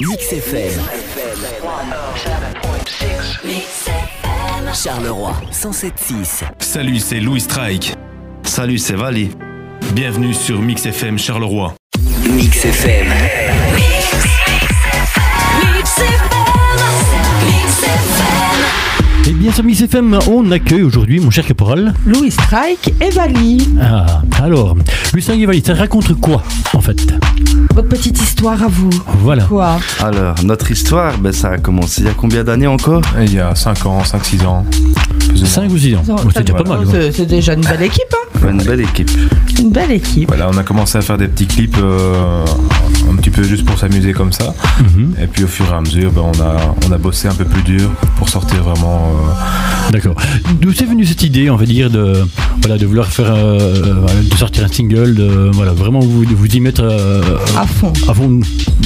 Mix FM. Charleroi 1076. Salut, c'est Louis Strike. Salut, c'est Vali. Bienvenue sur Mix FM Charleroi. Mix FM. Et Eh bien sur Mix FM, on accueille aujourd'hui mon cher caporal. Louis Strike et Vali. Ah, alors, Lucien Guévali, ça raconte quoi en fait Votre petite histoire à vous. Voilà. Quoi Alors, notre histoire, ben, ça a commencé il y a combien d'années encore Et Il y a 5 ans, 5-6 ans. plus ou 5 moins. ou 6 ans. Non, Bon, C'est déjà pas non, mal. hein. quoi. c'est- C'est déjà une belle équipe. hein. Une belle équipe. Une belle équipe. Voilà, on a commencé à faire des petits clips euh, un petit peu juste pour s'amuser comme ça. Mhm, Et puis au fur et à mesure, ben, on, a, on a bossé un peu plus dur pour sortir vraiment. euh, D'accord. D'où c'est venue cette idée, on va dire, de, voilà, de vouloir faire, euh, euh, de sortir un single, de voilà, vraiment vous, vous y mettre euh, À fond. à fond.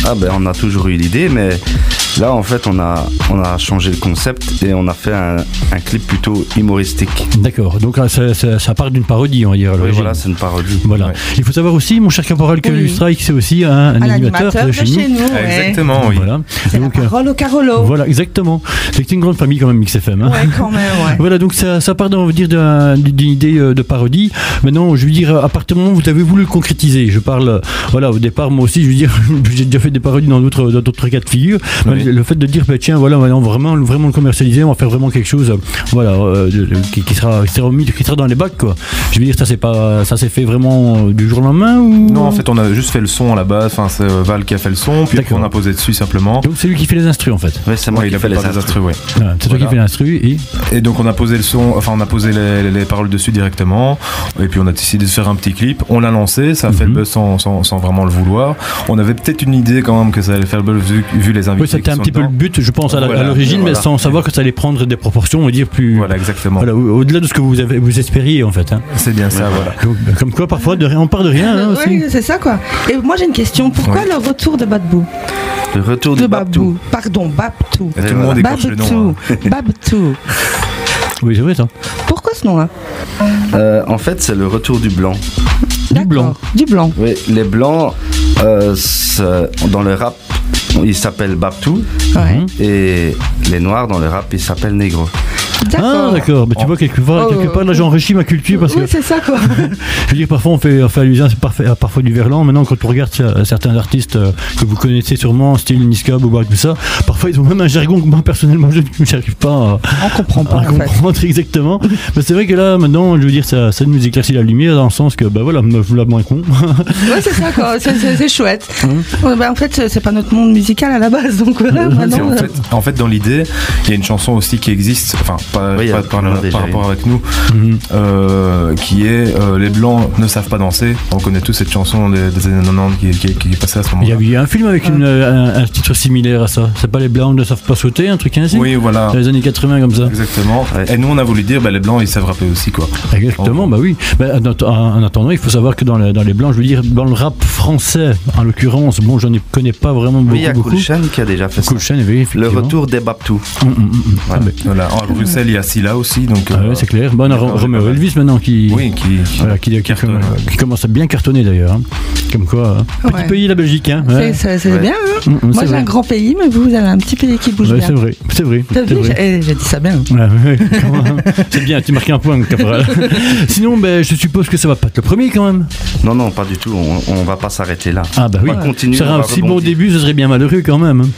Ah ben, on a toujours eu l'idée, mais là, en fait, on a, on a changé le concept et on a fait un, un clip plutôt humoristique. D'accord. Donc euh, ça, ça- ça part d'une parodie, on va dire. à Oui, l'origine. voilà, c'est une parodie. Voilà. Ouais. Il faut savoir aussi, mon cher caporal, que Oui. Louis Strike, c'est aussi un, un Un animateur, animateur de chez nous. ouais. Exactement, oui. Voilà. C'est la Donc, euh, parole au Carolo. Voilà, exactement. C'est une grande famille quand même, XFM. hein. Ouais, quand même, ouais. Voilà, donc ça, ça part, on va dire, d'un- d'une idée euh, de parodie. Maintenant, je veux dire, à partir du moment où vous avez voulu le concrétiser, je parle, euh, voilà, au départ, moi aussi, je veux dire, j'ai déjà fait des parodies dans d'autres, dans d'autres cas de figure. Mais Oui. Le fait de dire, bah, tiens, voilà, maintenant, vraiment, vraiment le commercialiser, on va faire vraiment quelque chose, euh, voilà, euh, de- de- qui, qui sera, qui sera remis, qui sera dans les bacs, quoi. Je veux dire, ça, c'est pas, ça s'est fait vraiment euh, du jour au lendemain ou Non, en fait, on a juste fait le son à la base. Enfin, c'est euh, Val qui a fait le son, puis après, D'accord. on a posé dessus simplement. Donc c'est lui qui fait les instrus, en fait. Oui, c'est moi Ouais, qui il a fais fait les les instrus, instrus. ouais. Voilà, c'est toi Voilà. qui fais l'instru et Et donc on a posé le son, enfin on a posé les, les- les paroles dessus directement, et puis on a décidé de faire un petit clip. On l'a lancé, ça a fait Mhm. le buzz sans, sans- sans vraiment le vouloir. On avait peut-être une idée quand même que ça allait faire le buzz vu, vu les invités. Oui, c'était qui un sont petit peu le dedans. but, je pense, à la- à Voilà, l'origine, mais voilà. sans savoir que ça allait prendre des proportions, on va dire, plus. Voilà, exactement. Voilà, au- au-delà de ce que vous, avez, vous espériez, en fait. hein. C'est bien ça, voilà. Donc, comme quoi, parfois, de rien, on part de rien. hein, aussi. Oui, c'est ça quoi. Et moi j'ai une question. Pourquoi le retour de Babou Le retour De de Babou. Babtou. Pardon, Babtou. Et tout le voilà. monde écorche le nom. Babtou. hein. Babtou. Oui, c'est vrai, ça. Pourquoi ce nom-là Euh, en fait, c'est le retour du blanc. D'accord. blanc. Du blanc. Oui, les blancs, euh, c'est- dans le rap, ils s'appellent Babtou Hein Ouais. et les noirs, dans le rap, ils s'appellent Negro. Ah, D'accord. d'accord. Mais tu vois, quelque part, Oh. quelque part là, j'enrichis ma culture parce que, oui, c'est ça quoi. je veux dire, parfois, on fait, on fait allusion c'est parfait- à parfois du verlan. Maintenant, quand on regarde euh, certains artistes euh, que vous connaissez sûrement, style Niska, Boubac, tout ça, parfois, ils ont même un jargon que moi, personnellement, je n'arrive pas à, On comprend pas à en fait. comprendre exactement. Mais c'est vrai que là, maintenant, je veux dire, ça, ça nous éclaircit la lumière dans le sens que, bah voilà, meuf, la moins con. Ouais, c'est ça, quoi. C'est, c'est- c'est chouette. Mmh. Ouais, bah, en fait, c'est- c'est pas notre monde musical à la base, donc voilà, Et maintenant, euh, en, fait, en fait, dans l'idée, il y a une chanson aussi qui existe, enfin, pas, Oui, pas euh, par, on en a par déjà rapport eu. avec nous, Mhm. euh, qui est euh, Les Blancs ne savent pas danser. On connaît tous cette chanson des, des années 90 qui, qui- qui est passée à ce Il y moment-là. a eu un film avec une, euh, un, un titre similaire à ça. C'est pas les blancs ne savent pas sauter, un truc ainsi. Oui, voilà. Dans les années 80 comme ça. Exactement. Ouais. Et nous, on a voulu dire, bah, les blancs, ils savent rapper aussi, quoi. Exactement, bah oui. Bah, en, atte- en attendant, il faut savoir que dans, le- dans les blancs, je veux dire, dans le rap français, en l'occurrence, bon, je ne connais pas vraiment beaucoup. Oui, il y a beaucoup. Kulchen qui a déjà fait ça. Cool Chain, oui, Le effectivement. retour des Babtou. Hum, hum, hum. Voilà. Ah, mais- Voilà. En Bruxelles, il y a Silla aussi, donc. ah euh, ouais, c'est clair. Bon, on a D'accord, Ro- j'ai Romeo pas mal. Elvis maintenant qui. Oui, qui. qui- Voilà, qui, qui- Cartonne, qui- ouais. qui commence à bien cartonner d'ailleurs. hein. Comme quoi, hein. petit Ouais. pays la Belgique. Hein. c'est, Ouais. c'est- c'est Ouais. bien. hein. Hum, hum, Moi, c'est j'ai vrai. un grand pays, mais vous, vous avez un petit pays qui bouge Ouais, bien. c'est vrai, c'est vrai. T'as c'est vu, vrai. j'ai, eh, j'ai dit ça bien. Ouais, ouais, comment- c'est bien, tu marques un point, mon caporal. Sinon, ben, je suppose que ça va pas être le premier quand même. Non, non, pas du tout. On, on va pas s'arrêter là. Ah bah oui, On va continuer, ça on un va si bon rebondir. début, ce serait bien malheureux quand même. hein.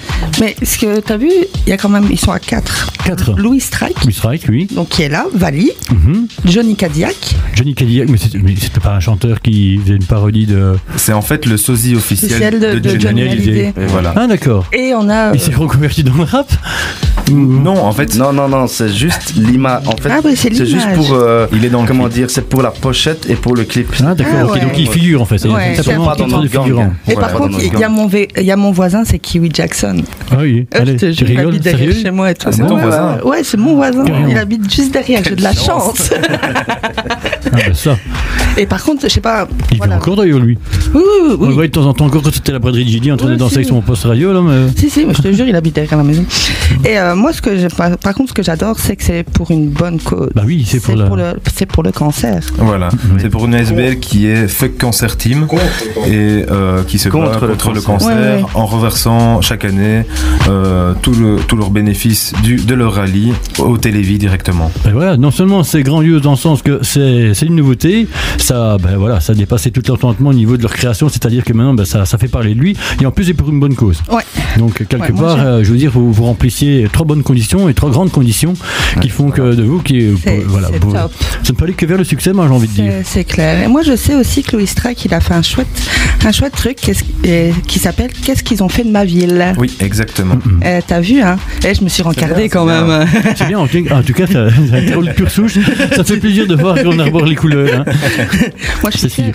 Mais ce que t'as vu, il y a quand même, ils sont à 4. Quatre. Louis Strike, Miss Reich, oui. donc qui est là, Vali, Mhm. Johnny Cadillac. Johnny Cadillac, mais c'est- mais c'était pas un chanteur qui faisait une parodie de. C'est en fait le sosie officiel Officiel de- de, de Johnny Johnny Hallyday. Hallyday. Et voilà. Ah d'accord. Et on a. euh, Il s'est reconverti dans le rap Non, en fait, Non, non, non, c'est juste l'image. En fait, Ah oui, c'est l'image. juste pour. euh, il est dans le comment dire C'est pour la pochette et pour le clip. Ah d'accord, Ah, ok, ouais. donc il figure en fait. C'est Ouais. Ils sont vraiment pas un dans titre notre de gang, figurant. hein. euh, Et Voilà, par pas contre, dans notre il y, a gang. mon vé- il y a mon voisin, c'est Kiwi Jackson. Ah oui, Euh, allez, je te tu jure, il rigoles, habite derrière sérieux chez moi et tout. Ah, c'est ton Ouais, voisin ouais, Ouais, c'est mon voisin. Carrément. Il habite juste derrière. J'ai de la chance. Ah bah ça, et par contre, je sais pas. il voilà. vit encore d'ailleurs lui. Oui, oui, On le oui. voyait de temps en temps encore quand c'était la braderie de Gilly en train Oui, de danser si. avec son poste radio là, mais... Si, si, mais je te jure, il habite derrière la maison. Et euh, moi, ce que j'ai- par, par contre, ce que j'adore, c'est que c'est pour une bonne cause. Bah oui, c'est pour la- le, c'est pour le cancer. Voilà, c'est pour une ASBL qui est Fuck Cancer Team et euh, qui se bat Contre contre le le cancer. cancer Ouais, ouais. en reversant chaque année euh, tout le, tous leurs bénéfices du, de leur rallye au Télévis directement. Ben voilà, non seulement c'est grandiose dans le sens que c'est c'est une nouveauté, ça, ben voilà, ça dépassait tout l'entendement au niveau de leur création, c'est-à-dire que maintenant ben, ça, ça fait parler de lui, et en plus c'est pour une bonne cause. Ouais. Donc quelque Ouais, moi, part, j'ai- euh, je veux dire, vous, vous remplissiez trois bonnes conditions et trois grandes conditions qui font que de vous, qui est, C'est voilà, c'est vous- top. ça ne peut aller que vers le succès, moi j'ai envie de dire. C'est- C'est clair. Et moi, je sais aussi que Louis Strack, il a fait un chouette, un chouette truc qu'est-ce- et- qui s'appelle Qu'est-ce qu'ils ont fait de ma ville Oui, exactement. Eh, T'as vu, hein Eh, Je me suis rencardée quand même. Mm. C'est bien, en tout cas, en tout cas, ça, ça drôle de pure souche. Ça fait plaisir de voir qu'on arbore les couleurs. hein. moi, je C'est suis sûr. fière.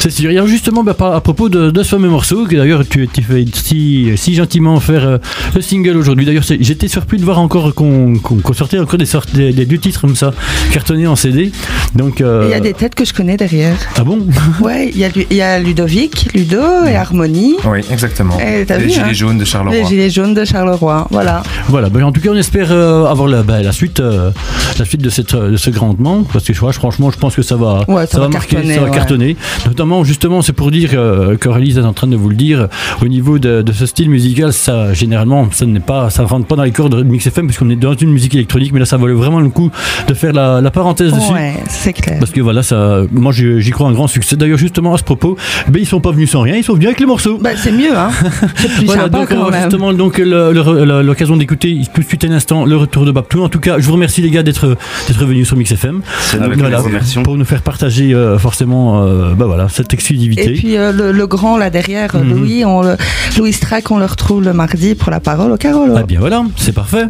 C'est sûr. Et alors, justement, bah, par- à propos de, de ce fameux morceau, que d'ailleurs tu tu fais si, si gentiment faire euh, le single aujourd'hui. D'ailleurs, c'est- j'étais surpris de voir encore qu'on qu'on- qu'on sortait encore des, sortes, des, des deux titres comme ça, cartonnés en CD. Donc, euh, Il y a des têtes que je connais derrière. Ah bon Ouais, il y, a Lu- il y a Ludovic, Ludo Mm. et Harmonie. Oh, Oui, exactement. Eh, t'as les vu, Gilets hein jaunes de Charleroi. Les Gilets jaunes de Charleroi, voilà. Voilà, bah, en tout cas, on espère euh, avoir la, bah, la suite, euh, la suite de, cette, euh, de ce grand moment, parce que je crois- franchement, je pense que ça va, Ouais, ça va marquer, cartonner, ça va ouais. cartonner. Notamment, justement, c'est pour dire euh, qu'Aurélie est en train de vous le dire, au niveau de, de ce style musical, ça, généralement, ça n'est pas, ça rentre pas dans les cordes de Mix FM, puisqu'on est dans une musique électronique, mais là, ça valait vraiment le coup de faire la, la parenthèse dessus. Ouais, c'est clair. Parce que voilà, ça, moi j'y j'y crois un grand succès. D'ailleurs, justement à ce propos, ben, ils sont pas venus sans rien, ils sont venus avec les morceaux. Bah, c'est mieux, hein. C'est plus Voilà, sympa donc on quand aura même. justement donc euh, le- le- le- l'occasion d'écouter tout de suite un instant le retour de Babtou. En tout cas, je vous remercie les gars d'être d'être venus sur Mix FM C'est nous Donc, qui voilà, les remercions. pour nous faire partager euh, forcément euh, bah voilà cette Et exclusivité. puis euh, le, le grand là derrière, Mhm. euh, Louis, on le, Louis Strack, on le retrouve le mardi pour la parole au Carolo. Ah bien voilà, c'est parfait.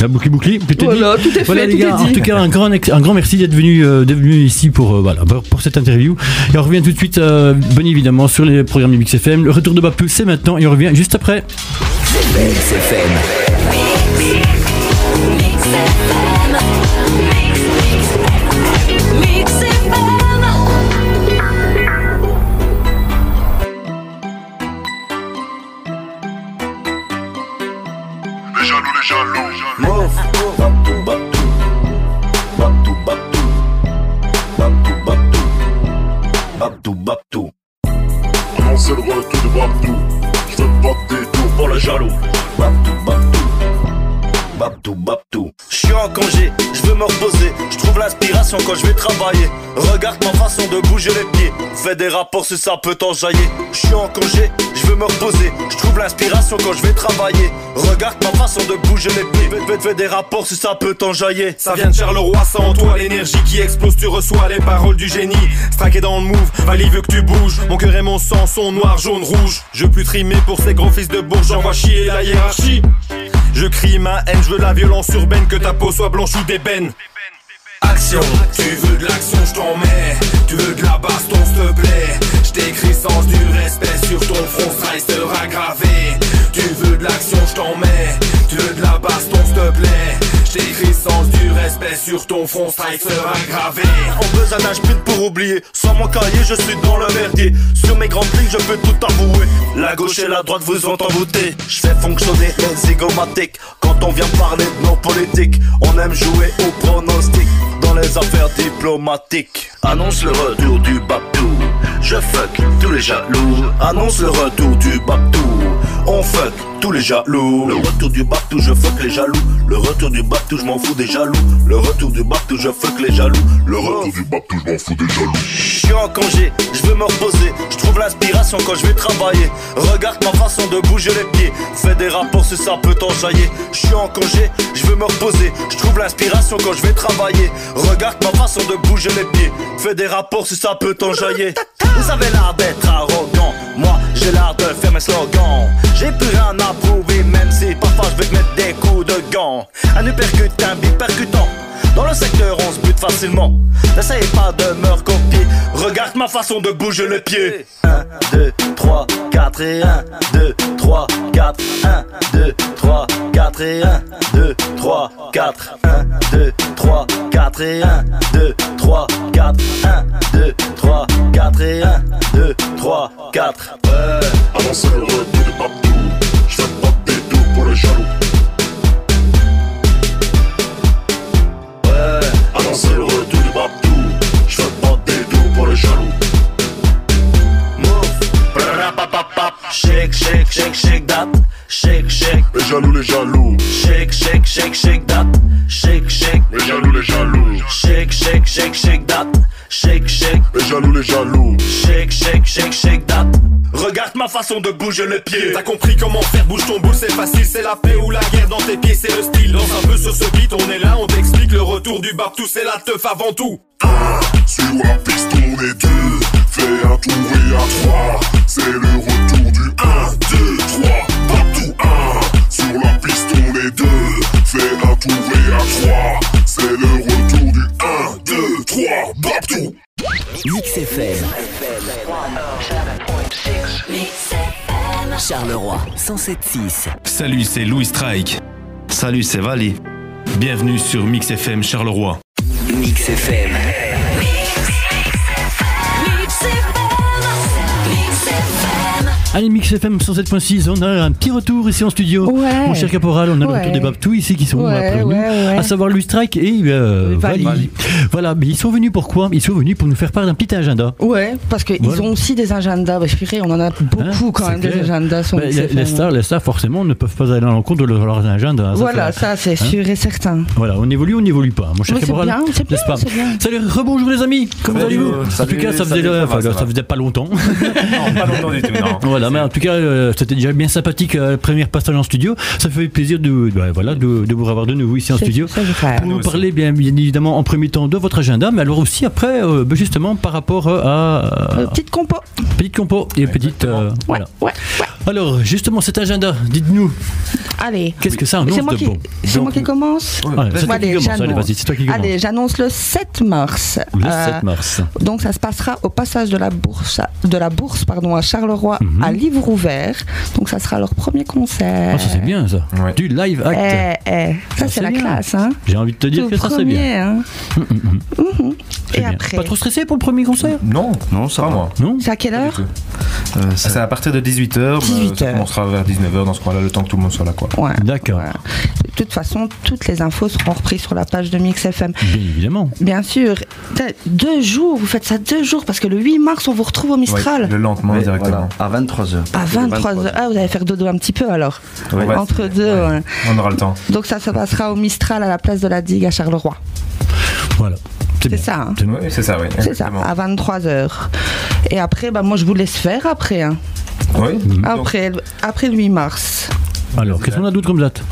La boucle est bouclée, tout est dit. Voilà, tout est Voilà fait, les tout gars, est en dit. tout cas un grand, ex- un grand merci d'être venu, euh, d'être venu ici pour, euh, voilà, pour, pour cette interview. Et on revient tout de suite, euh, bien évidemment, sur les programmes Mix FM. Le retour de Babtou, c'est maintenant et on revient juste après. Mix FM. Mix FM. Mix, mix, mix FM. Les jaloux, les jaloux. Comment c'est le retour de Babdou Je veux voter tout pour les jaloux. Je suis en congé, je veux me reposer, je trouve l'inspiration quand je vais travailler. Regarde ma façon de bouger les pieds, fais des rapports si ça peut t'enjailler. Je suis en congé, je veux me reposer, je trouve l'inspiration quand je vais travailler. Regarde ma façon de bouger les pieds, fais, fais- fais des rapports si ça peut t'enjailler. Ça vient de Charleroi, ça en toi l'énergie qui explose, tu reçois les paroles du génie. Straqué dans le move, Vali veut que tu bouges. Mon cœur et mon sang sont noirs, jaunes, rouges. Je veux plus trimer pour ces gros fils de bourge, j'envoie chier la hiérarchie. Je crie ma haine, je veux la violence urbaine, que ta peau soit blanche ou d'ébène. Action, tu veux de l'action, je t'en mets. Tu veux de la baston, s'il te plaît. Je t'écris sans du respect sur ton front, ça restera gravé. Tu veux de l'action, je t'en mets. Tu veux de la baston, s'il te plaît. Je t'écris sans du respect sur ton front, ça sera gravé. En besanage plus pour oublier, sans mon cahier je suis dans le merdier. Sur mes grandes lignes je peux tout avouer. La gauche et la droite vous ont embouté. Je fais fonctionner les zygomatiques. Quand on vient parler de nos politiques, on aime jouer au pronostic. Dans les affaires diplomatiques. Annonce le retour du Babtou. Je fuck tous les jaloux. Annonce le retour du Babtou. On fuck tous les jaloux. Le retour du Babtou, je fuck les jaloux. Le retour du Babtou, je m'en fous des jaloux. Le retour du Babtou, je fuck les jaloux. Le retour Du Babdou, bah, je m'en fous des jaloux. Je suis en congé, je veux me reposer. Je trouve l'inspiration quand je vais travailler. Regarde ma façon de bouger les pieds. Fais des rapports si ça peut t'enjailler. Je suis en congé, je veux me reposer. Je trouve l'inspiration quand je vais travailler. Regarde ma façon de bouger les pieds. Fais des rapports si ça peut t'enjailler. Vous avez l'air d'être arrogant. Moi, j'ai l'air de faire mes slogans. J'ai plus rien à prouver, même si parfois je vais te mettre des coups de gants. Un uppercut, un big percutant. Dans le secteur, on se bute facilement. N'essayez pas de me recopier. Regarde ma façon de bouger les pieds. 1, 2, 3, 4 et 1, 2, 3, 4. 1, 2, 4 et 1, 2, 3, 4, 1, 2, 3, 4 et 1, 2, 3, 4, 1, 2, 3, 4 et 1, 2, 3, 4. Avancez le revenu de partout. Je fais pas des deux pour les jaloux. Avancez le revenu de partout. Je fais pas des deux pour les jaloux. Pra-ra-pa-pa-pap. Shake, shake, shake, shake that. Shake, shake. Les jaloux, les jaloux. Shake, shake, shake, shake that. Shake, shake. Les jaloux, les jaloux. Shake, shake, shake, shake that. Shake, shake. Les jaloux, les jaloux. Shake, shake, shake, shake that. Regarde ma façon de bouger le pied. T'as compris comment faire, bouge ton bout, c'est facile, c'est la paix ou la guerre dans tes pieds, c'est le style. Dans un peu sur ce beat, on est là, on t'explique le retour du tout c'est la teuf avant tout. Sur la piste, on est deux. Fais un tour et un trois. C'est le retour du 1, 2, 3. Partout 1. Sur la piste, on est deux. Fais un tour et un trois. C'est le retour du 1, 2, 3. Partout. Mix FM. Charleroi 1076. Salut, c'est Louis Strike. Salut, c'est Vali. Bienvenue sur Mix FM Charleroi. Mix FM. Allez, Mix FM 107.6, on a un petit retour ici en studio. Ouais. Mon cher Caporal, on a le Ouais. retour des Babtou ici qui sont Ouais, après nous, ouais, ouais. à savoir Louis Strike et euh, Vali. Vali. Voilà, mais ils sont venus pourquoi Ils sont venus pour nous faire part d'un petit agenda. Ouais, parce qu'ils Voilà. ont aussi des agendas. Bah, je dirais, on en a beaucoup Hein, quand c'est même des clair. agendas sur Bah, Mix les, FM. les stars, les stars, forcément, ne peuvent pas aller à l'encontre de leur- leurs agendas. Voilà, fait- ça c'est hein. sûr et certain. Voilà, on évolue, on n'évolue pas. Mon cher Ouais, c'est Caporal, bien, c'est bien, n'est-ce pas c'est bien. Salut, rebonjour les amis. Comment Salut, allez-vous euh, En tout salut, cas, ça faisait, salut, ça euh, va, enfin, ça va. ça faisait pas longtemps. Non, pas longtemps du tout, non. voilà, mais en tout cas, euh, c'était déjà bien sympathique euh, le premier passage en studio. Ça fait plaisir de, bah, voilà, de, de vous revoir de nouveau ici en C'est- studio. ça, je ferai. Pour nous parler bien, bien évidemment en premier temps de votre agenda, mais alors aussi après, euh, bah, justement par rapport euh, à Euh, petite compo. petite compo et petite. euh, Ouais, voilà. ouais. Alors justement cet agenda, dites-nous Allez. qu'est-ce que ça annonce C'est moi, de qui, bon euh, c'est moi qui commence. Ouais, c'est toi qui Allez, commence. Allez, j'annonce. vas-y, c'est toi qui commence. Allez, j'annonce le 7 mars. Le Euh, 7 mars. Donc ça se passera au passage de la bourse, de la bourse pardon, à Charleroi Mhm. à livre ouvert. Donc ça sera leur premier concert. Ah, ça c'est bien ça. Ouais. Du live euh, Eh, act. eh, ça Ah, c'est la bien. classe. Hein. J'ai envie de te dire Tout que ça c'est bien. Mm, premier, hein. Mhm. C'est Et bien. après, Pas trop stressé pour le premier concert Non, Non, ça pas va. moi. Non c'est à quelle heure Euh, Ça, ça- C'est à partir de 18h, 18 heures. on sera vers 19h dans ce coin-là, le temps que tout le monde soit là. Quoi. Ouais. D'accord, Ouais. De toute façon, toutes les infos seront reprises sur la page de Mix FM. bien évidemment. Bien sûr. Putain, Deux jours, vous faites ça deux jours parce que le 8 mars, on vous retrouve au Ouais, Mistral. le lendemain Mais directement. voilà, à 23h. À 23h. Ah, vous allez faire dodo un petit peu alors. Ouais, ouais, Entre c'est- deux. ouais. ouais. On aura le temps. Donc ça, ça passera au Mistral à la place de la digue à Charleroi. Voilà. C'est bien. ça. hein. C'est- Oui, c'est ça, oui. C'est ça, à 23h. Et après, bah, moi, je vous laisse faire après. hein. Oui. Donc, Après, le- après le 8 mars. Alors, qu'est-ce qu'on a d'autre comme date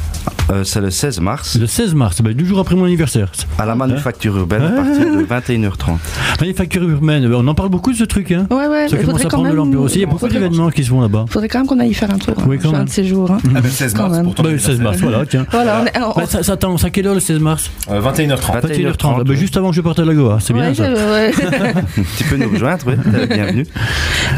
Euh, c'est le 16 mars Le 16 mars, bah, deux jours après mon anniversaire. à la manufacture urbaine à partir de 21h30. Manufacture urbaine, bah, on en parle beaucoup de ce truc. Hein. Ouais, ouais, Ça il commence faudrait à quand prendre de même. l'ambiance. Il y a beaucoup d'événements qui se font là-bas. faudrait quand même qu'on aille faire un tour. hein, Oui, quand sur un même. de ces jours. hein. ah ben, 16 Quand mars même. pour ton Bah, le 16 mars, voilà, tiens. Voilà, on est- on- Bah, ça, ça attend, c'est à quelle heure le 16 mars Euh, 21h30. 21h30, bah, juste avant que je parte à la Goa, c'est bien ouais, ça. je- ouais. Tu peux nous rejoindre, oui, t'es la bienvenue.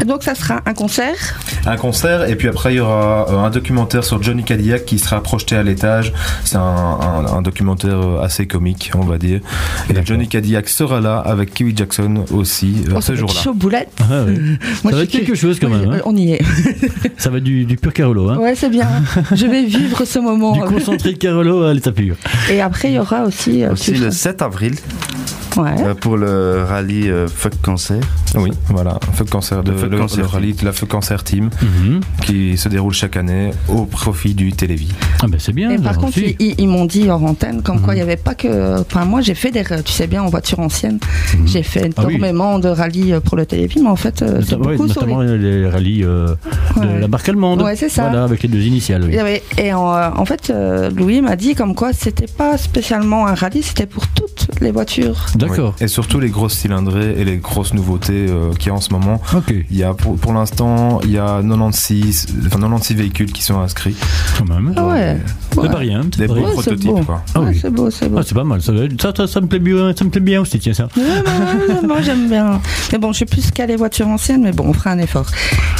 Donc ça sera un concert. Un concert, et puis après, il y aura euh, un documentaire sur Johnny Cadillac qui sera projeté à l'étage. C'est un, un- un documentaire euh, assez comique, on va dire. Et Johnny Cadillac sera là avec Kiwi Jackson aussi Oh, euh, On ce jour-là. Chaud boulette. Ah, ouais. Moi, Ça va je être suis quelque curieuse. chose quand Moi, même. je- hein. On y est. Ça va être du, du pur Carolo. Hein. Ouais, c'est bien. je vais vivre ce moment. Du concentré de Carolo à l'état pur. Et après, il y aura aussi. euh, Aussi tu- le 7 avril Ouais. euh, pour le rallye euh, Fuck Cancer. Oui, voilà. Feu de cancer de Le Feu de Mm. le- Cancer le rallye de la Feu Cancer Team qui se déroule chaque année au profit du Télévis. Ah, Mhm. ben c'est bien. Et par j'en contre, suis. ils, ils m'ont dit en antenne comme quoi il n'y avait pas que. Enfin, moi, j'ai fait des. Tu sais bien, en voiture ancienne, j'ai fait Ah oui. énormément de rallyes euh, pour le téléfilm. En fait, euh, c'est Nota- ouais, beaucoup sur les. notamment les, rallyes euh, de Ouais. la marque allemande. Ouais, c'est ça. Voilà, avec les deux initiales. oui. Il y avait- Et en, euh, en fait, euh, Louis m'a dit comme quoi c'était pas spécialement un rallye, c'était pour toutes les voitures. D'accord. Oui. Et surtout les grosses cylindrées et les grosses nouveautés euh, qu'il y a en ce moment. Il y a pour, pour l'instant, il y a 96, enfin, 96 véhicules qui sont inscrits. Quand même. Ah ouais. C'est pas rien, Des beaux prototypes, quoi. Ah oui. C'est beau, c'est beau. Ah, c'est pas mal, ça, ça, ça, ça me plaît bien, ça me plaît bien aussi, tiens ça. Ouais, Moi j'aime bien. Mais bon, je suis plus qu'à les voitures anciennes, mais bon, on fera un effort.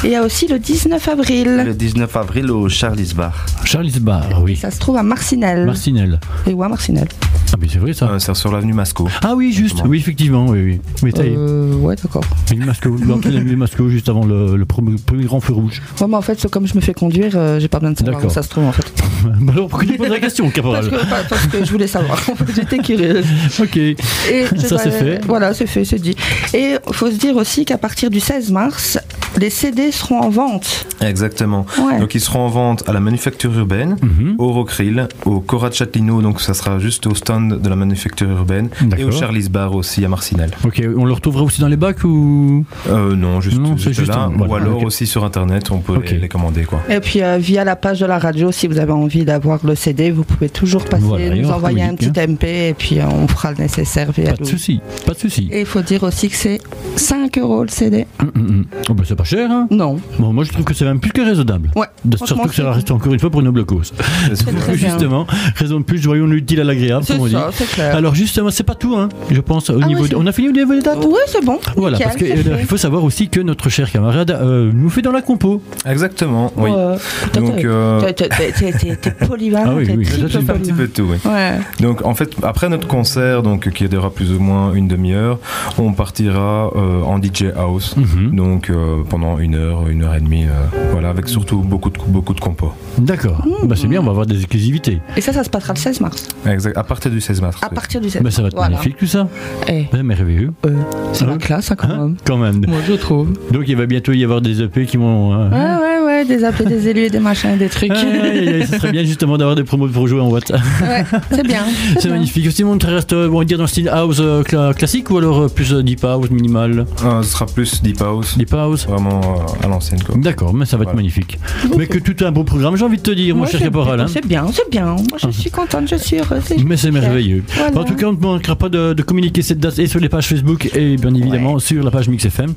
Et il y a aussi le 19 avril. Le 19 avril au Charlie's Bar. Charlie's Bar, bah, ah oui. Ça se trouve à Marcinelle. Marcinelle. Et ouais, Marcinelle. Ah, mais c'est vrai Euh. ça. c'est euh, sur l'avenue Masco. Ah oui, juste, oui, effectivement, oui, oui. Mais t'as- Euh, ouais, d'accord. Il masque, l'entrée de la ville Masco, juste avant le, le premier, premier grand feu rouge. Ouais, mais en fait, c'est comme je me fais conduire, euh, j'ai pas besoin de savoir où D'accord. ça se trouve en fait. Bah alors, pourquoi tu poses la question, Parce caporal que, pas- parce que je voulais savoir. J'étais curieuse. Ok. Et je Ça, c'est dois- fait. Voilà, c'est fait, c'est dit. Et il faut se dire aussi qu'à partir du 16 mars, les CD seront en vente. Exactement. Ouais. Donc ils seront en vente à la Manufacture Urbaine, Mhm. au Rocril, au Cora de Châtelineau, donc ça sera juste au stand de la Manufacture Urbaine, et au D'accord. Charlie's Bar aussi à Marcinelle. Ok, on le retrouvera aussi dans les bacs ou Euh, non, juste, Non, c'est juste juste là. un- Ou voilà, alors ok. aussi sur Internet, on peut les- les commander, quoi. Et puis euh, via la page de la radio, si vous avez envie d'avoir le CD, vous pouvez toujours passer, Voilà, et nous on envoyer un petit communique, MP et puis euh, on fera le nécessaire via Pas de le- souci, pas de souci. Et il faut dire aussi que c'est 5 euros le CD. Hum, hum, hum. Oh, bah, c'est pas cher, hein Non. Bon, moi je trouve que c'est même plus que raisonnable. Ouais. De- Franchement, Surtout que ça c'est- va rester encore une fois pour une blocos. très bien. justement, raison de plus, voyons l'utile à l'agréable, C'est comme on dit. ça, c'est clair. Alors justement, c'est pas tout, hein, je pense, au Euh, Ah niveau ouais, de- c'est- On a fini au niveau des dates Oui, c'est bon. Voilà, Nickel, parce qu'il c'est fait. faut savoir aussi que notre cher camarade euh, nous fait dans la compo. Exactement, oui. Ouais. T'as- Donc, t'as- euh, t'as- t'as- t'as- t'es t'es polyvalent, Ah oui, t'es oui, triple j'ai fait un petit polyvalent. peu de tout, oui. Ouais. Donc en fait, après notre concert, donc qui durera plus ou moins une demi-heure, on partira euh, en DJ house, Mhm. donc euh, pendant une heure, une heure et demie, euh, voilà, avec surtout beaucoup de beaucoup de compos. D'accord. Mmh. Bah, c'est bien, on va avoir des exclusivités. Et ça, ça se passera le 16 mars. Exact. À partir du 16 mars. À partir du 16 Bah, ça va être Voilà. magnifique Ah tout ça. Eh. Bah, merveilleux. hein. c'est la classe hein, quand même. Quand même. Moi je trouve. Donc il va bientôt y avoir des EP qui vont. euh, Ouais, ouais, ouais, des appels, des élus et des machins et des trucs. Aïe, aïe, aïe, ça serait bien justement d'avoir des promos pour jouer en Watt. Ouais, Ah, c'est bien. C'est magnifique. Aussi, on reste, euh, on va dire, dans le style house euh, cla- classique ou alors euh, plus euh, deep house minimal Euh, ce sera plus deep house. Deep house Vraiment euh, à l'ancienne quoi. D'accord, mais ça va être magnifique. Mais que tout un beau programme, j'ai envie de te dire, mon Moi, cher c'est- caporal. hein. C'est bien, c'est bien. Moi je suis contente, je suis heureuse. Ah. Mais c'est merveilleux. Voilà. En tout cas, on ne manquera pas de, de communiquer cette date et sur les pages Facebook et bien évidemment sur la page Mix FM.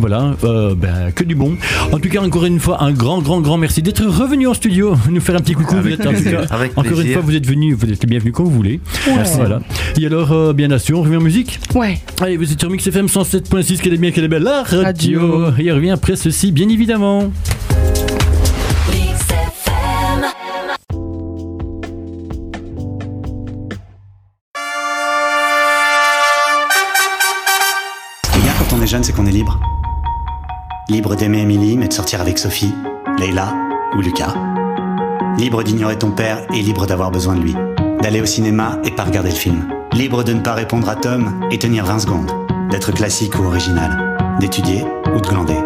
Voilà, euh, ben, que du bon. En tout cas, encore une fois, un grand, grand, grand merci d'être revenu en studio, nous faire un petit coucou. Avec Vous êtes- en tout plaisir. cas, Avec encore une plaisir. fois, vous êtes venu, vous êtes les bienvenus quand vous voulez. Merci. Voilà. Et alors, euh, bien sûr, on revient en musique. Ouais. Allez, vous êtes sur Mix FM 107.6, qu'elle est bien, qu'elle est belle. La radio. Radio. Et on revient après ceci, bien évidemment. Mix FM. Ce qui est bien quand on est jeune, c'est qu'on est libre. Libre d'aimer Émilie, mais de sortir avec Sophie, Leila ou Lucas. Libre d'ignorer ton père et libre d'avoir besoin de lui. D'aller au cinéma et pas regarder le film. Libre de ne pas répondre à Tom et tenir 20 secondes. D'être classique ou original. D'étudier ou de glander.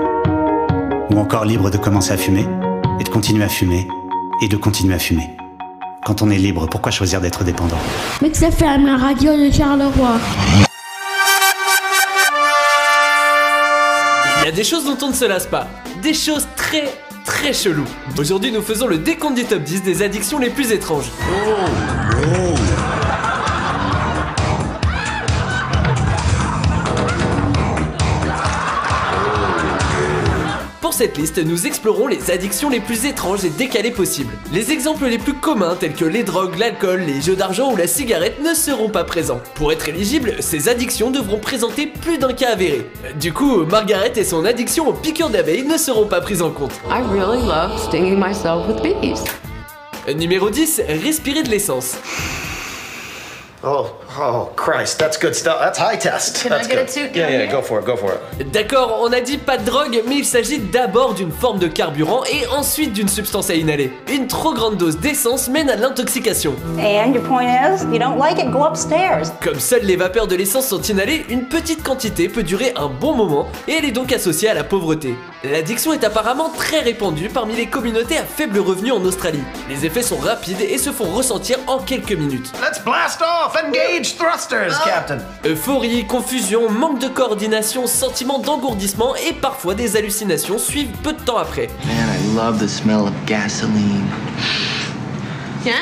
Ou encore libre de commencer à fumer et de continuer à fumer et de continuer à fumer. Quand on est libre, pourquoi choisir d'être dépendant Mix FM, la radio de Charleroi. Il y a des choses dont on ne se lasse pas. Des choses très, très cheloues. Aujourd'hui, nous faisons le décompte du top 10 des addictions les plus étranges. Pour cette liste, nous explorons les addictions les plus étranges et décalées possibles. Les exemples les plus communs tels que les drogues, l'alcool, les jeux d'argent ou la cigarette ne seront pas présents. Pour être éligibles, ces addictions devront présenter plus d'un cas avéré. Du coup, Margaret et son addiction aux piqûres d'abeilles ne seront pas prises en compte. I really love stinging myself with bees. Numéro 10, respirer de l'essence. Oh, oh, Christ, that's good stuff. That's high test. Can I that's get good. a two? Can Yeah, I yeah, get- go for it, go for it. D'accord, on a dit pas de drogue, mais il s'agit d'abord d'une forme de carburant et ensuite d'une substance à inhaler. Une trop grande dose d'essence mène à l'intoxication. And your point is, you don't like it, go upstairs. Comme seules les vapeurs de l'essence sont inhalées, une petite quantité peut durer un bon moment et elle est donc associée à la pauvreté. L'addiction est apparemment très répandue parmi les communautés à faible revenu en Australie. Les effets sont rapides et se font ressentir en quelques minutes. Let's blast off! Engage thrusters, Captain! Euphorie, confusion, manque de coordination, sentiment d'engourdissement et parfois des hallucinations suivent peu de temps après. Man, I love the smell of gasoline. Yeah?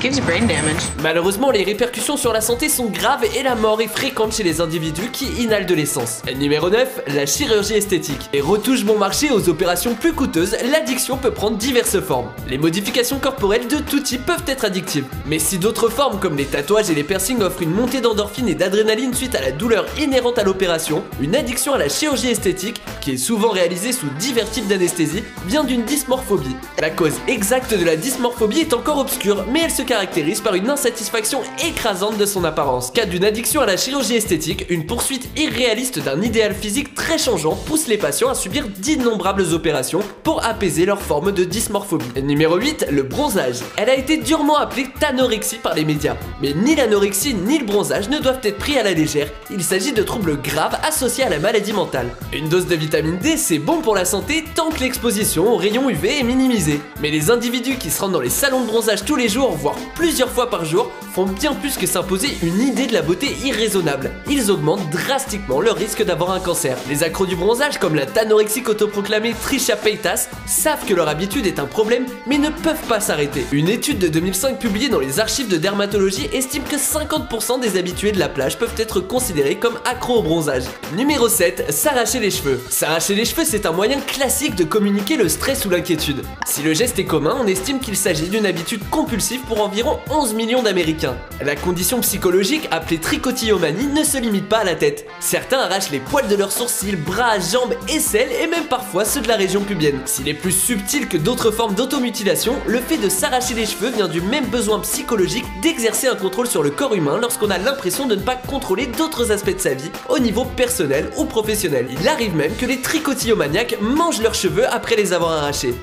gives you brain damage. Malheureusement, les répercussions sur la santé sont graves et la mort est fréquente chez les individus qui inhalent de l'essence. Numéro 9, la chirurgie esthétique. Et retouche bon marché aux opérations plus coûteuses, l'addiction peut prendre diverses formes. Les modifications corporelles de tout type peuvent être addictives. Mais si d'autres formes comme les tatouages et les piercings offrent une montée d'endorphine et d'adrénaline suite à la douleur inhérente à l'opération, une addiction à la chirurgie esthétique, qui est souvent réalisée sous divers types d'anesthésie, vient d'une dysmorphobie. La cause exacte de la dysmorphobie est encore obscure, mais elle se caractérise par une insatisfaction écrasante de son apparence. Cas d'une addiction à la chirurgie esthétique, une poursuite irréaliste d'un idéal physique très changeant pousse les patients à subir d'innombrables opérations pour apaiser leur forme de dysmorphobie. Numéro 8, le bronzage. Elle a été durement appelée anorexie par les médias. Mais ni l'anorexie ni le bronzage ne doivent être pris à la légère, il s'agit de troubles graves associés à la maladie mentale. Une dose de vitamine D, c'est bon pour la santé tant que l'exposition aux rayons UV est minimisée. Mais les individus qui se rendent dans les salons de bronzage tous les jours, voire plusieurs fois par jour, font bien plus que s'imposer une idée de la beauté irraisonnable. Ils augmentent drastiquement le risque d'avoir un cancer. Les accros du bronzage, comme la tanorexique autoproclamée Trisha Paytas, savent que leur habitude est un problème, mais ne peuvent pas s'arrêter. Une étude de 2005 publiée dans les archives de dermatologie estime que 50% des habitués de la plage peuvent être considérés comme accros au bronzage. Numéro 7, s'arracher les cheveux. S'arracher les cheveux, c'est un moyen classique de communiquer le stress ou l'inquiétude. Si le geste est commun, on estime qu'il s'agit d'une habitude compulsive pour environ 11 millions d'Américains. La condition psychologique, appelée tricotillomanie, ne se limite pas à la tête. Certains arrachent les poils de leurs sourcils, bras, jambes, aisselles et même parfois ceux de la région pubienne. S'il est plus subtil que d'autres formes d'automutilation, le fait de s'arracher les cheveux vient du même besoin psychologique d'exercer un contrôle sur le corps humain lorsqu'on a l'impression de ne pas contrôler d'autres aspects de sa vie au niveau personnel ou professionnel. Il arrive même que les tricotillomaniaques mangent leurs cheveux après les avoir arrachés.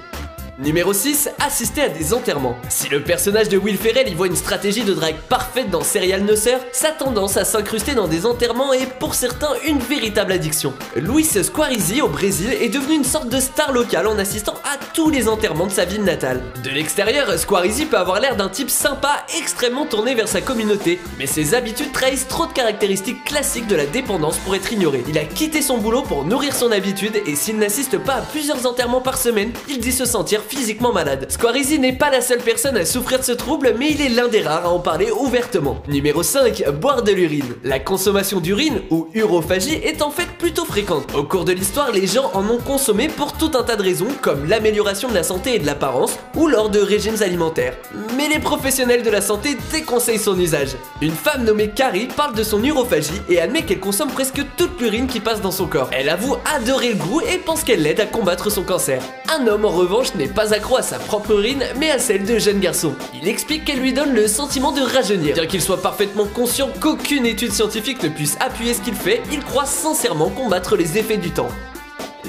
Numéro 6, assister à des enterrements. Si le personnage de Will Ferrell y voit une stratégie de drague parfaite dans Serial Noceur, sa tendance à s'incruster dans des enterrements est pour certains une véritable addiction. Luis Squarizi au Brésil est devenu une sorte de star locale en assistant à tous les enterrements de sa ville natale. De l'extérieur, Squarizi peut avoir l'air d'un type sympa extrêmement tourné vers sa communauté, mais ses habitudes trahissent trop de caractéristiques classiques de la dépendance pour être ignoré. Il a quitté son boulot pour nourrir son habitude et s'il n'assiste pas à plusieurs enterrements par semaine, il dit se sentir physiquement malade. Squarizi n'est pas la seule personne à souffrir de ce trouble, mais il est l'un des rares à en parler ouvertement. Numéro 5, boire de l'urine. La consommation d'urine, ou urophagie, est en fait plutôt fréquente. Au cours de l'histoire, les gens en ont consommé pour tout un tas de raisons, comme l'amélioration de la santé et de l'apparence, ou lors de régimes alimentaires. Mais les professionnels de la santé déconseillent son usage. Une femme nommée Carrie parle de son urophagie et admet qu'elle consomme presque toute l'urine qui passe dans son corps. Elle avoue adorer le goût et pense qu'elle l'aide à combattre son cancer. Un homme en revanche n'est pas accro à sa propre urine, mais à celle de jeunes garçons. Il explique qu'elle lui donne le sentiment de rajeunir. Bien qu'il soit parfaitement conscient qu'aucune étude scientifique ne puisse appuyer ce qu'il fait, il croit sincèrement combattre les effets du temps.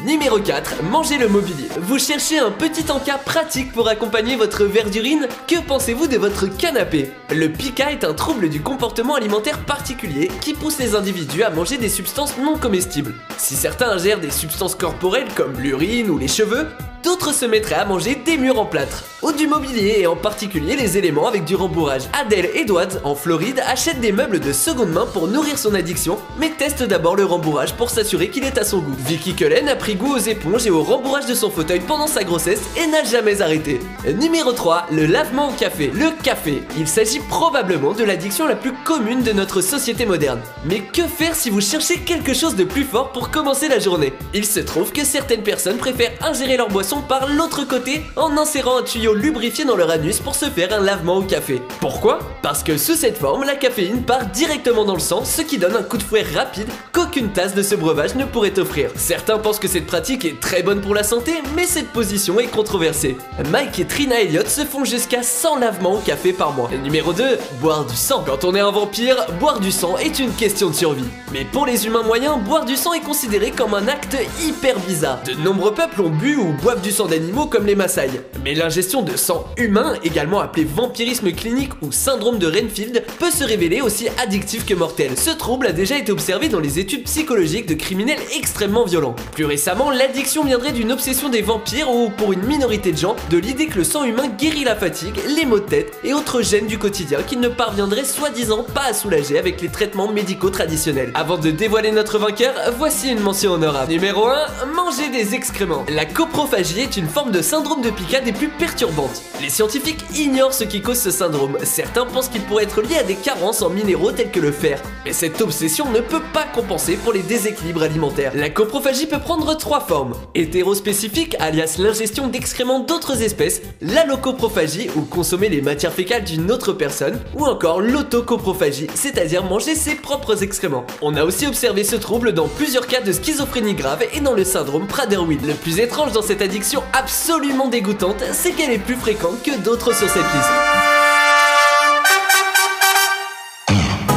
Numéro 4, mangez le mobilier. Vous cherchez un petit encas pratique pour accompagner votre verre d'urine Que pensez-vous de votre canapé Le pica est un trouble du comportement alimentaire particulier qui pousse les individus à manger des substances non comestibles. Si certains ingèrent des substances corporelles comme l'urine ou les cheveux, d'autres se mettraient à manger des murs en plâtre, ou du mobilier et en particulier les éléments avec du rembourrage. Adèle Edwards, en Floride, achète des meubles de seconde main pour nourrir son addiction, mais teste d'abord le rembourrage pour s'assurer qu'il est à son goût. Vicky Cullen a pris goût aux éponges et au rembourrage de son fauteuil pendant sa grossesse et n'a jamais arrêté. Numéro 3, le lavement au café. Le café, il s'agit probablement de l'addiction la plus commune de notre société moderne. Mais que faire si vous cherchez quelque chose de plus fort pour commencer la journée Il se trouve que certaines personnes préfèrent ingérer leur boisson par l'autre côté en insérant un tuyau lubrifié dans leur anus pour se faire un lavement au café. Pourquoi Parce que sous cette forme, la caféine part directement dans le sang, ce qui donne un coup de fouet rapide qu'aucune tasse de ce breuvage ne pourrait offrir. Certains pensent que cette pratique est très bonne pour la santé, mais cette position est controversée. Mike et Trina Elliott se font jusqu'à 100 lavements au café par mois. Et numéro 2, boire du sang. Quand on est un vampire, boire du sang est une question de survie. Mais pour les humains moyens, boire du sang est considéré comme un acte hyper bizarre. De nombreux peuples ont bu ou boivent du sang d'animaux comme les Maasai. Mais l'ingestion de sang humain, également appelé vampirisme clinique ou syndrome de Renfield, peut se révéler aussi addictif que mortel. Ce trouble a déjà été observé dans les études psychologiques de criminels extrêmement violents. Plus récemment, récemment, l'addiction viendrait d'une obsession des vampires ou, pour une minorité de gens, de l'idée que le sang humain guérit la fatigue, les maux de tête et autres gènes du quotidien qu'ils ne parviendraient soi-disant pas à soulager avec les traitements médicaux traditionnels. Avant de dévoiler notre vainqueur, voici une mention honorable. Numéro 1, manger des excréments. La coprophagie est une forme de syndrome de Pica des plus perturbantes. Les scientifiques ignorent ce qui cause ce syndrome. Certains pensent qu'il pourrait être lié à des carences en minéraux tels que le fer. Mais cette obsession ne peut pas compenser pour les déséquilibres alimentaires. La coprophagie peut prendre trois formes. Hétérospécifique, alias l'ingestion d'excréments d'autres espèces, la locoprophagie, ou consommer les matières fécales d'une autre personne, ou encore l'autocoprophagie, c'est-à-dire manger ses propres excréments. On a aussi observé ce trouble dans plusieurs cas de schizophrénie grave et dans le syndrome Prader-Willi. Le plus étrange dans cette addiction absolument dégoûtante, c'est qu'elle est plus fréquente que d'autres sur cette liste.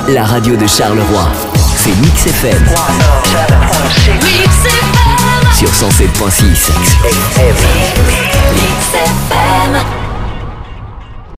La radio de Charleroi, c'est Mix FM sur 107.6. FM.